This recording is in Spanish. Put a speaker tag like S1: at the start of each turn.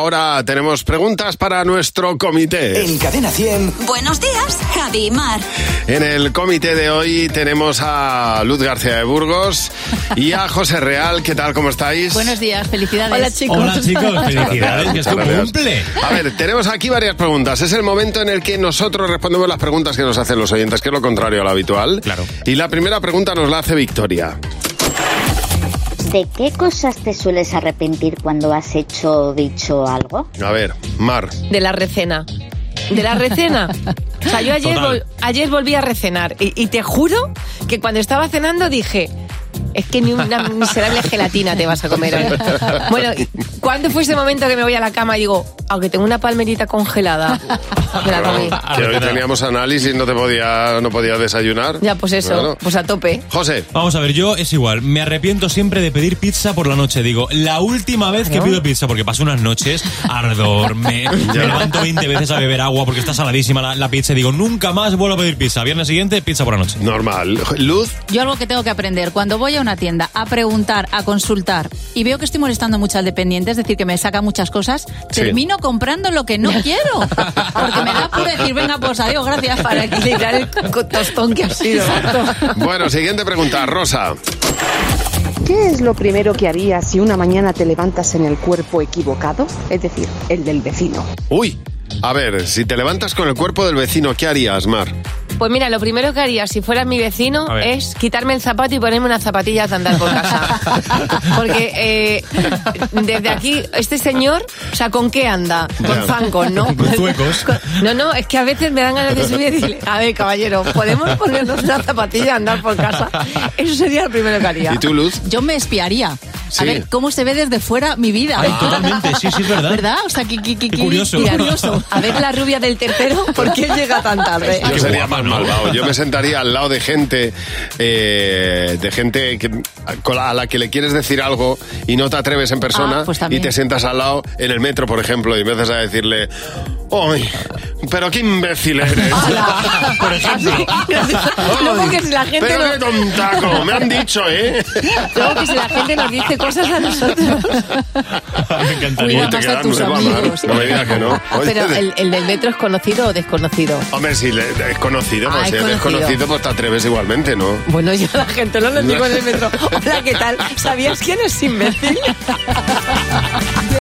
S1: Ahora tenemos preguntas para nuestro comité.
S2: Em.
S3: En Cadena 100.
S4: Buenos días, Javi y Mar.
S1: En el comité de hoy tenemos a Luz García de Burgos y a José Real. ¿Qué tal? ¿Cómo estáis?
S5: Buenos días, felicidades.
S2: Hola, chicos.
S6: Hola chicos, felicidades, que es tu
S1: Muchas gracias.
S6: cumple.
S1: A ver, tenemos aquí varias preguntas. Es el momento en el que nosotros respondemos las preguntas que nos hacen los oyentes, que es lo contrario a lo habitual.
S6: Claro.
S1: Y la primera pregunta nos la hace Victoria.
S7: ¿De qué cosas te sueles arrepentir cuando has hecho o dicho algo?
S1: A ver, Mar.
S2: De la recena. De la recena. O sea, yo ayer,
S6: Total.
S2: vol- ayer volví a recenar y, y te juro que cuando estaba cenando dije... Es que ni una miserable gelatina te vas a comer hoy. Bueno, ¿cuándo fue ese momento que me voy a la cama y digo, aunque tengo una palmerita congelada, me la comí?
S1: Que hoy teníamos análisis, no te podía, no podías desayunar.
S2: Ya, pues eso,
S1: Claro.
S2: pues a tope.
S1: José.
S6: Vamos a ver, yo es igual. Me arrepiento siempre de pedir pizza por la noche. Digo, la última vez que pido pizza, porque paso unas noches, ardor, me, me levanto 20 veces a beber agua porque está saladísima la, la pizza. Y digo, nunca más vuelvo a pedir pizza. Viernes siguiente, pizza por la noche.
S1: Normal. Luz.
S5: Yo algo que tengo que aprender, cuando voy a una tienda a preguntar, a consultar y veo que estoy molestando mucho al dependiente, es decir, que me saca muchas cosas,
S1: Sí.
S5: termino comprando lo que no quiero. Porque me da por decir, venga, pues adiós, gracias.
S2: Para equilibrar el co- tostón que ha sido.
S1: Bueno, siguiente pregunta, Rosa.
S8: ¿Qué es lo primero que harías si una mañana te levantas en el cuerpo equivocado? Es decir, el del vecino.
S1: Uy. A ver, si te levantas con el cuerpo del vecino, ¿qué harías, Mar?
S2: Pues mira, lo primero que haría si fuera mi vecino
S6: A ver.
S2: es quitarme el zapato y ponerme una zapatilla de andar por casa. Porque eh, desde aquí, este señor, o sea, ¿con qué anda? Con
S1: Ya.
S2: zancos, ¿no?
S6: Con zuecos.
S2: No, no, es que a veces me dan ganas de subir y decirle, a ver, caballero, ¿podemos ponernos una zapatilla y andar por casa? Eso sería lo primero que haría.
S1: ¿Y tú, Luz?
S5: Yo me espiaría.
S1: Sí.
S5: A ver cómo se ve desde fuera mi vida.
S6: Ay, totalmente, sí, sí, es verdad.
S5: ¿Verdad? O sea, que, que- que-
S6: Qué curioso.
S5: que- curioso.
S2: A ver la rubia del tercero, ¿por Ah, qué llega tan tarde?
S1: Yo
S6: qué
S1: sería más
S6: guapa, ¿no?
S1: malvado. Yo me sentaría al lado de gente, eh, de gente que- con la- a la que le quieres decir algo y no te atreves en persona
S5: Ah, pues
S1: y
S5: también.
S1: te sientas al lado en el metro, por ejemplo, y empiezas a decirle, ¡ay! Pero qué imbécil eres.
S6: Por ejemplo.
S2: Luego que si la gente
S1: Pero
S2: no-
S1: qué tontaco, me han dicho, ¿eh?
S2: Luego que si la gente nos dice cosas a nosotros.
S6: me encantaría.
S5: Cuida
S1: Uy, te
S5: más a
S1: quedas
S5: tus
S1: nueva, Mar.
S5: amigos.
S1: No me digas que no. Oye,
S2: Pero el, el del metro es conocido o desconocido.
S1: Hombre, si le- es conocido,
S2: Ah,
S1: pues
S2: es
S1: si es
S2: conocido.
S1: desconocido, pues te atreves igualmente, ¿no?
S2: Bueno, yo a la gente no lo digo en el metro. Hola, ¿qué tal? ¿Sabías quién es imbécil?